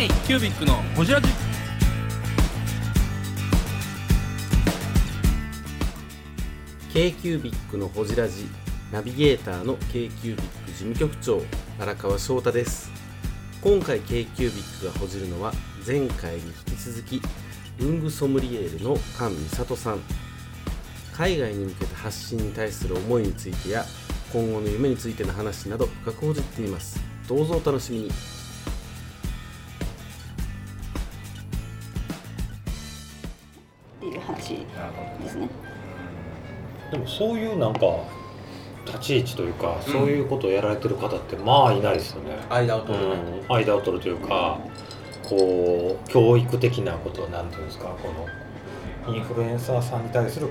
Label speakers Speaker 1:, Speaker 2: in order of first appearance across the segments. Speaker 1: イキュービックのホジラジ
Speaker 2: ケイキュービックのほじラジナビゲーターの k イキュービック事務局長荒川翔太です今回 k イキュービックがほじるのは前回に引き続きウングソムリエールの菅美里さん海外に向けた発信に対する思いについてや今後の夢についての話など深くほじっていますどうぞお楽しみに
Speaker 3: っていう話ですね。
Speaker 4: でもそういうなんか立ち位置というか、そういうことをやられてる方ってまあいないですよね、
Speaker 2: 間を
Speaker 4: うん間を取るというか、こう教育的なことなんていうんですかこのインフルエンサーさんに対する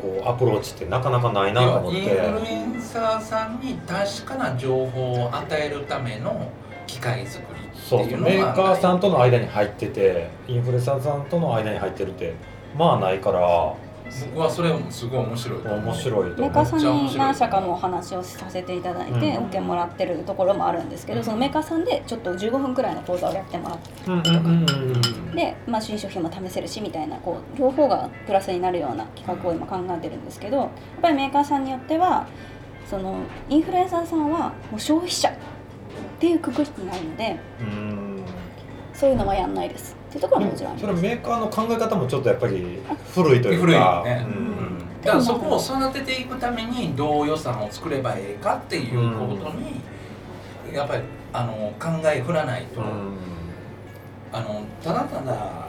Speaker 4: こうアプローチってなかなかないなと思っ
Speaker 5: イン
Speaker 4: て
Speaker 5: フルエンサーさんに確かな情報を与えるための機械作り
Speaker 4: そう
Speaker 5: っていうのが
Speaker 4: メーカーさんとの間に入っててインフルエンサーさんとの間に入ってるってまあないから
Speaker 5: 僕はそれもすごい面白いと思う
Speaker 4: 面白いと
Speaker 3: メ
Speaker 4: 思
Speaker 3: ー
Speaker 4: う
Speaker 3: カーさんに何社かのお話をさせていただいて、OK もらってるところもあるんですけど、そのメーカーさんでちょっと15分くらいの講座をやってもらって、
Speaker 4: うんうんうんうん
Speaker 3: まあ、新商品も試せるしみたいなこう両方がプラスになるような企画を今考えてるんですけどやっぱりメーカーさんによってはそのインフルエンサーさんはもう消費者っていうくくりになるので
Speaker 4: うん
Speaker 3: そういうのはやんないですっていうところももちろんあり
Speaker 4: そ
Speaker 3: ま
Speaker 4: れ
Speaker 3: す。
Speaker 4: メーカーの考え方もちょっとやっぱり古いというか
Speaker 5: 古いよね、
Speaker 4: うん
Speaker 5: だからそこを育てていくためにどう予算を作ればええかっていうことに、やっぱりあの考え振らないと、あのただただ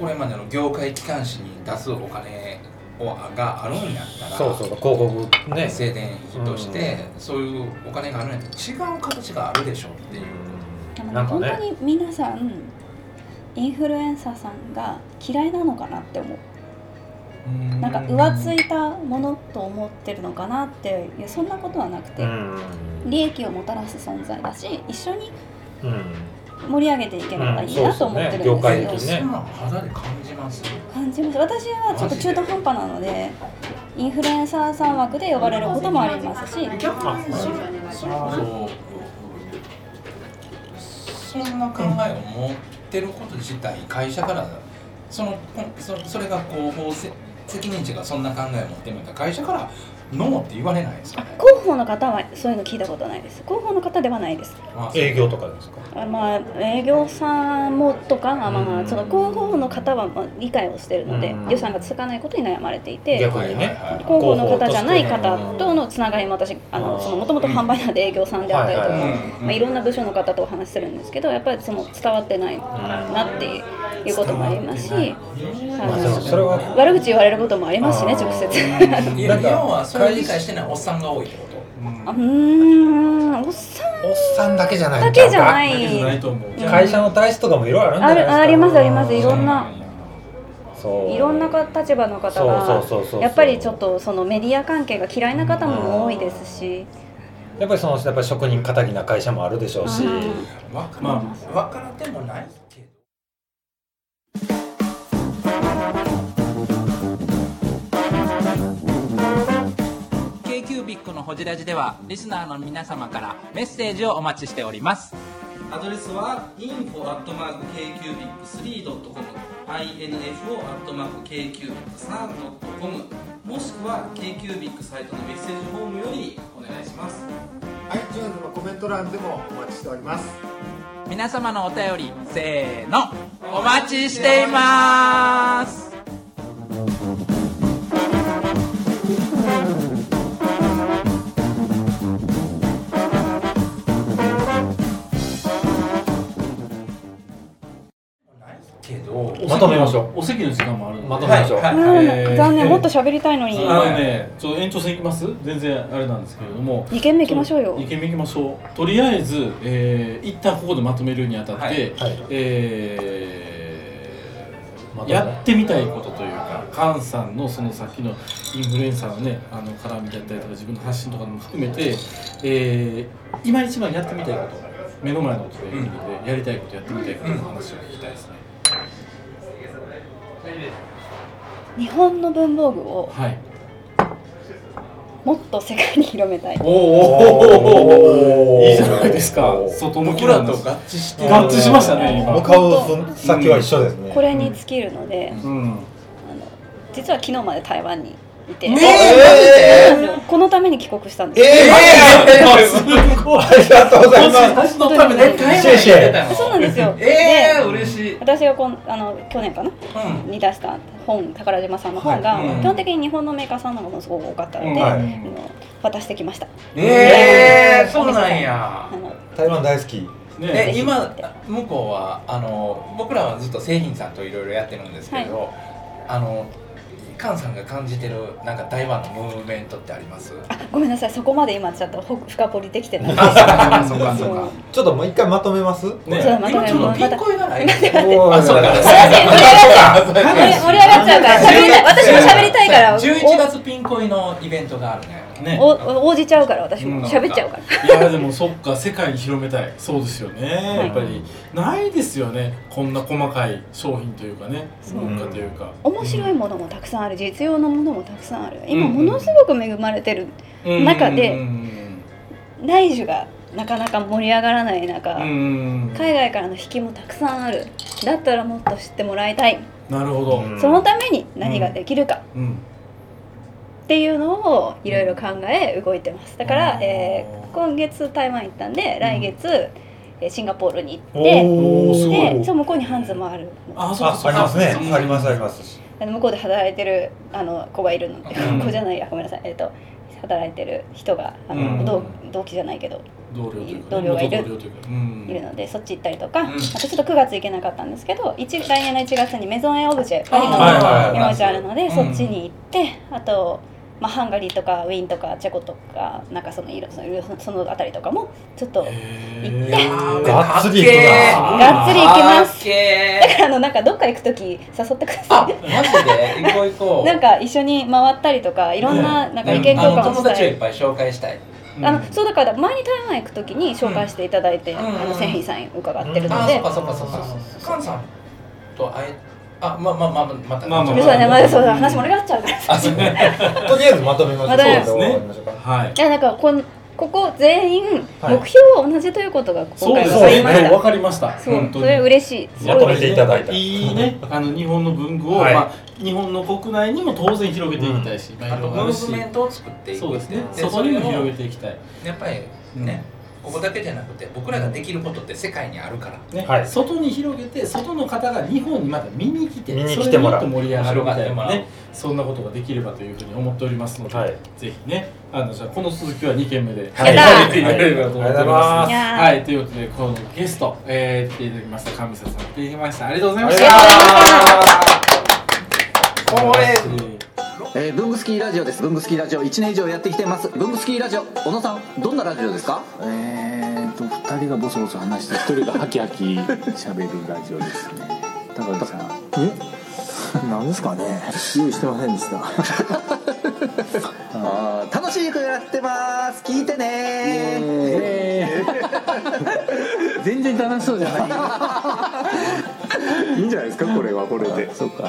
Speaker 5: これまでの業界機関紙に出すお金をがあるんやったら
Speaker 4: そうそう広告ね
Speaker 5: 静電費として、そういうお金があるんやったら違う形があるでしょっていう
Speaker 3: でもね
Speaker 4: なんか
Speaker 3: 本当
Speaker 4: ね
Speaker 3: に皆さんインフルエンサーさんが嫌いなのかなって思うなんか浮ついたものと思ってるのかなっていやそんなことはなくて、
Speaker 4: うん
Speaker 3: 利益をもたらす存在だし一緒に
Speaker 4: うん
Speaker 3: 盛り上げていければいい
Speaker 4: うん
Speaker 3: なと
Speaker 4: そう
Speaker 3: 思っ
Speaker 4: で
Speaker 3: て
Speaker 4: すね
Speaker 3: るん
Speaker 4: 業界
Speaker 3: です
Speaker 4: 的
Speaker 3: け
Speaker 4: に
Speaker 3: ど、
Speaker 4: ね
Speaker 5: そんなん肌で感じます
Speaker 3: 感じます私はちょっと中途半端なのでインフルエンサーさん枠で呼ばれることもありますし
Speaker 5: 逆にそれそれこそそんな考えを持ってること自体会社からそのそそれが広報せ責任者がそんな考えを持ってるんだったら会社からノーって言われないですかね、
Speaker 3: 広報の方はそういうの聞いたことないです広報の方ではないです
Speaker 5: まあ
Speaker 4: 営業とかですか
Speaker 3: あまあ営業さんもとか、まあま
Speaker 4: う
Speaker 3: あ
Speaker 4: ん
Speaker 3: その広報の方はまあ理解をしてるので、
Speaker 4: うん
Speaker 3: 予算がつかないことに悩まれていて
Speaker 4: 逆にね
Speaker 5: はいはいは
Speaker 3: 広
Speaker 5: い
Speaker 3: 報の方じゃない方と
Speaker 4: の
Speaker 3: のつながりも私あ
Speaker 4: う
Speaker 3: の
Speaker 4: ん
Speaker 3: そのもともと販売なんで営業さんであったりとか、
Speaker 4: はいはいはい
Speaker 3: まあ、いろんな部署の方とお話しするんですけどやっぱりその伝わってないなっていうこともありますし、あ
Speaker 4: まあでも
Speaker 3: の
Speaker 4: それは
Speaker 3: 悪口言われることもありますしね
Speaker 4: あー
Speaker 3: 直接。
Speaker 5: いや
Speaker 4: なんか
Speaker 5: 要はそれを理解してないおっさんが多いってこと
Speaker 3: うーんおっさん
Speaker 4: おっさんだけじゃない
Speaker 3: だけじゃない
Speaker 5: と思う
Speaker 4: 会社の体質とかもいろいろあるんじゃないですか
Speaker 3: あるありますありますいろんな
Speaker 4: そう
Speaker 3: いろんなか立場の方が
Speaker 4: そうそうそうそうそう
Speaker 3: やっぱりちょっとそのメディア関係が嫌いな方も多いですし、
Speaker 4: やっぱりそのやっぱり職人かたぎな会社もあるでしょうし
Speaker 3: うん
Speaker 5: わから,、まあ、わからでもないけど
Speaker 6: 「k q b i c のほじラジ」ではリスナーの皆様からメッセージをお待ちしております
Speaker 7: アドレスは info.kcubic3.com info.kcubic3.com もしくは KQBIC サイトのメッセージフォームよりお願いします
Speaker 8: はい、ジュンのコメント欄でもお待ちしております。
Speaker 6: 皆様のお便りせーのお待ちしています
Speaker 5: けど
Speaker 4: まとめましょ
Speaker 9: うお席の時間もあるので
Speaker 4: まとめましょう
Speaker 5: はい
Speaker 3: うん
Speaker 9: ー
Speaker 3: 残念もっと喋りたいのに
Speaker 9: あのねちょっと延長戦いきます全然あれなんですけれども
Speaker 3: 2軒目行きましょうよ
Speaker 9: 2軒目いきましょうとりあえず、えー、一旦ここでまとめるにあたって、
Speaker 5: はい
Speaker 4: はい
Speaker 9: えー
Speaker 4: まとめ
Speaker 9: やってみたいことというかカンさんのそのさっきのインフルエンサーのねあの絡みだったりとか自分の発信とかも含めて、えー今一番やってみたいこと目の前のことでいいのでやりたいことやってみたいことの話を聞きたいですね、
Speaker 3: 日本の文房具を
Speaker 9: はい
Speaker 3: もっと世界に広めたい
Speaker 9: おおおおいいじゃないですか外向き
Speaker 5: 僕
Speaker 9: な
Speaker 5: ら
Speaker 9: んで
Speaker 5: と
Speaker 9: す
Speaker 5: 合致してる
Speaker 9: 合致しましたね
Speaker 4: 向
Speaker 9: 今
Speaker 4: かう先は一緒ですね
Speaker 3: これに尽きるので、
Speaker 9: うん
Speaker 3: あの実は昨日まで台湾にいて、
Speaker 4: えー
Speaker 3: このために帰国したんですよ
Speaker 4: えー
Speaker 9: すごい
Speaker 4: ありがとうございます
Speaker 9: 私の
Speaker 3: ために
Speaker 4: シェイシェイ
Speaker 3: そうなんですよ、
Speaker 5: え
Speaker 3: で
Speaker 5: ー嬉しい
Speaker 3: 私がこんあの去年かな
Speaker 5: うん
Speaker 3: に出した本宝島さんの本が、
Speaker 5: はいうん
Speaker 3: 基本的に日本のメーカーさんのものすごく多かったので、
Speaker 4: はい
Speaker 3: あの渡してきました
Speaker 5: えーそうなんや
Speaker 3: あの
Speaker 4: 台湾大好き
Speaker 5: え
Speaker 9: ね
Speaker 5: 今向こうはあの僕らはずっと製品さんといろいろやってるんですけど、あの菅さんが感じてるなんか台湾のムーブメントってあります
Speaker 3: あごめんなさいそこまで今ちょっとほ深掘りできてない
Speaker 5: あそうかそうかそう
Speaker 4: ちょっともう一回まとめます
Speaker 5: か
Speaker 3: そうま
Speaker 5: ね
Speaker 3: た
Speaker 5: 今ちょっとピン声 がないですね
Speaker 4: おー
Speaker 5: あそうか
Speaker 3: 盛り上がっちゃう盛り上がっちゃう盛り上がっちゃうから喋りたい私も喋りたいから
Speaker 5: 11月ピン恋のイベントがあるね
Speaker 9: ね
Speaker 3: おお応じちゃうから私も喋っちゃうから
Speaker 9: いやでもそっか世界に広めたいそうですよね
Speaker 3: はい
Speaker 9: やっぱりないですよねこんな細かい商品というかね文化というか
Speaker 3: 面白いものもたくさんある実用のものもたくさんある今
Speaker 9: うん
Speaker 3: ものすごく恵まれてる
Speaker 9: うん
Speaker 3: 中で
Speaker 9: うん
Speaker 3: 内需がなかなか盛り上がらない中
Speaker 9: うん
Speaker 3: 海外からの引きもたくさんあるだったらもっと知ってもらいたい
Speaker 9: なるほど
Speaker 4: うん
Speaker 3: そのために何ができるか
Speaker 9: うん
Speaker 3: っていうのをいろいろ考え動いてますだから
Speaker 9: う、ん
Speaker 3: えー今月台湾行ったんで来月、えーシンガポールに行って
Speaker 4: おおすご
Speaker 3: でそう
Speaker 4: い
Speaker 3: 向こうにハンズもある
Speaker 9: あそうか
Speaker 4: あ
Speaker 9: そ
Speaker 4: あ
Speaker 9: う
Speaker 4: り
Speaker 9: か
Speaker 4: ますね
Speaker 9: そうか
Speaker 4: ありますあります
Speaker 3: あの向こうで働いてるあの子がいるの子じゃないやごめんなさいえっ、と働いてる人があの、
Speaker 9: うん
Speaker 3: 同同期じゃないけど
Speaker 9: 同僚というかね
Speaker 3: 同僚がいる
Speaker 9: 元同僚というかうん
Speaker 3: いるのでそっち行ったりとか、
Speaker 5: ん
Speaker 3: あとちょっと9月行けなかったんですけど一来年の1月にメゾンエオブジェパ
Speaker 9: あ
Speaker 3: リ
Speaker 9: ー
Speaker 3: の
Speaker 9: はい
Speaker 3: 用事あるので、
Speaker 5: うん
Speaker 3: そっちに行ってあと、まあ、ハンガリーとかウィーンとかチェコとかなんかそのいろそのそのあたりとかもちょっと
Speaker 9: へ
Speaker 5: いやー
Speaker 4: がっつり行くな
Speaker 3: がっつり行きます
Speaker 5: かっけ
Speaker 3: だからあのなんかどっか行く時誘ってください
Speaker 5: ーマジで行こう行こう
Speaker 3: なんか一緒に回ったりとかいろんななんか意見交
Speaker 5: あ
Speaker 3: 換
Speaker 5: の
Speaker 3: を
Speaker 5: 友
Speaker 3: した
Speaker 5: 達をいっ
Speaker 3: い。
Speaker 5: ぱい紹介したい
Speaker 9: ー
Speaker 3: あのそうだから前に台湾行くときに紹介していただいて、
Speaker 5: ん
Speaker 3: あ
Speaker 5: うんう
Speaker 3: の
Speaker 5: ん
Speaker 3: 製品さん伺ってる
Speaker 5: あ
Speaker 3: の
Speaker 5: あ、そ
Speaker 3: で
Speaker 5: っ、かそっかそっか。カンさんと会え、あ、まあまあまあまた。
Speaker 9: まあまあ
Speaker 3: でそうだね、まあ、そうだ話盛り上がっちゃうからさ。
Speaker 5: あそう
Speaker 4: とりあえずまとめましょう
Speaker 3: まとめます
Speaker 9: ね
Speaker 4: 終わりましょうか
Speaker 9: はい
Speaker 3: いやだからこんここ全員
Speaker 4: はい
Speaker 3: 目標は同じということが
Speaker 9: そ
Speaker 3: 今
Speaker 9: うで
Speaker 3: 回
Speaker 9: す
Speaker 3: 分かりまし
Speaker 9: ね
Speaker 3: た。
Speaker 9: わかりました
Speaker 3: そう
Speaker 9: 本当
Speaker 3: そ
Speaker 9: に
Speaker 3: れ嬉しい。す
Speaker 4: ま
Speaker 3: ご
Speaker 4: と
Speaker 3: い
Speaker 4: め
Speaker 3: です。
Speaker 4: ていただいた
Speaker 9: いいね、あの日本の文具を、
Speaker 4: はい
Speaker 9: まあ、日本の国内にも当然広げていきたいし、まあ
Speaker 5: あ
Speaker 9: い
Speaker 5: と
Speaker 9: ろい
Speaker 5: ム
Speaker 9: ろある
Speaker 5: ー
Speaker 9: し
Speaker 5: ブメントを作っていく
Speaker 9: そう
Speaker 5: っ
Speaker 9: です
Speaker 5: てい
Speaker 9: ね
Speaker 5: う。で
Speaker 9: 外にも広げていきたい、
Speaker 5: やっぱりね、ここだけじゃなくて僕らができることって世界にあるから。
Speaker 9: ね
Speaker 4: はい
Speaker 9: 外に広げて外の方が日本にまた見に来て
Speaker 4: 見に来てもらう
Speaker 9: それにもっと盛り上がるみたいな
Speaker 5: 面白がってもらう
Speaker 9: ねそんなことができればというふうに思っておりますので、
Speaker 4: はい
Speaker 9: ぜひねあのじゃあこの続きは2件目で
Speaker 4: はい
Speaker 3: やった
Speaker 9: ていただければと思っております
Speaker 4: ありがとうございます
Speaker 3: いやー
Speaker 9: はい、ということでこのゲスト、えー、来ていただきました上瀬さん来ていただきましたありがとうございました
Speaker 5: これ
Speaker 1: えー、ブングスキーラジオですブングスキーラジオ1年以上やってきてますブングスキーラジオ小野さんどんなラジオですかえーと2人がボソボソ話して1人がハキハキ喋るラジオですね高橋さんえなんですかね用意してませんでした 楽しい曲やってます聞いてね全然楽しそうじゃないいいんじゃないですかこれはこれでそうか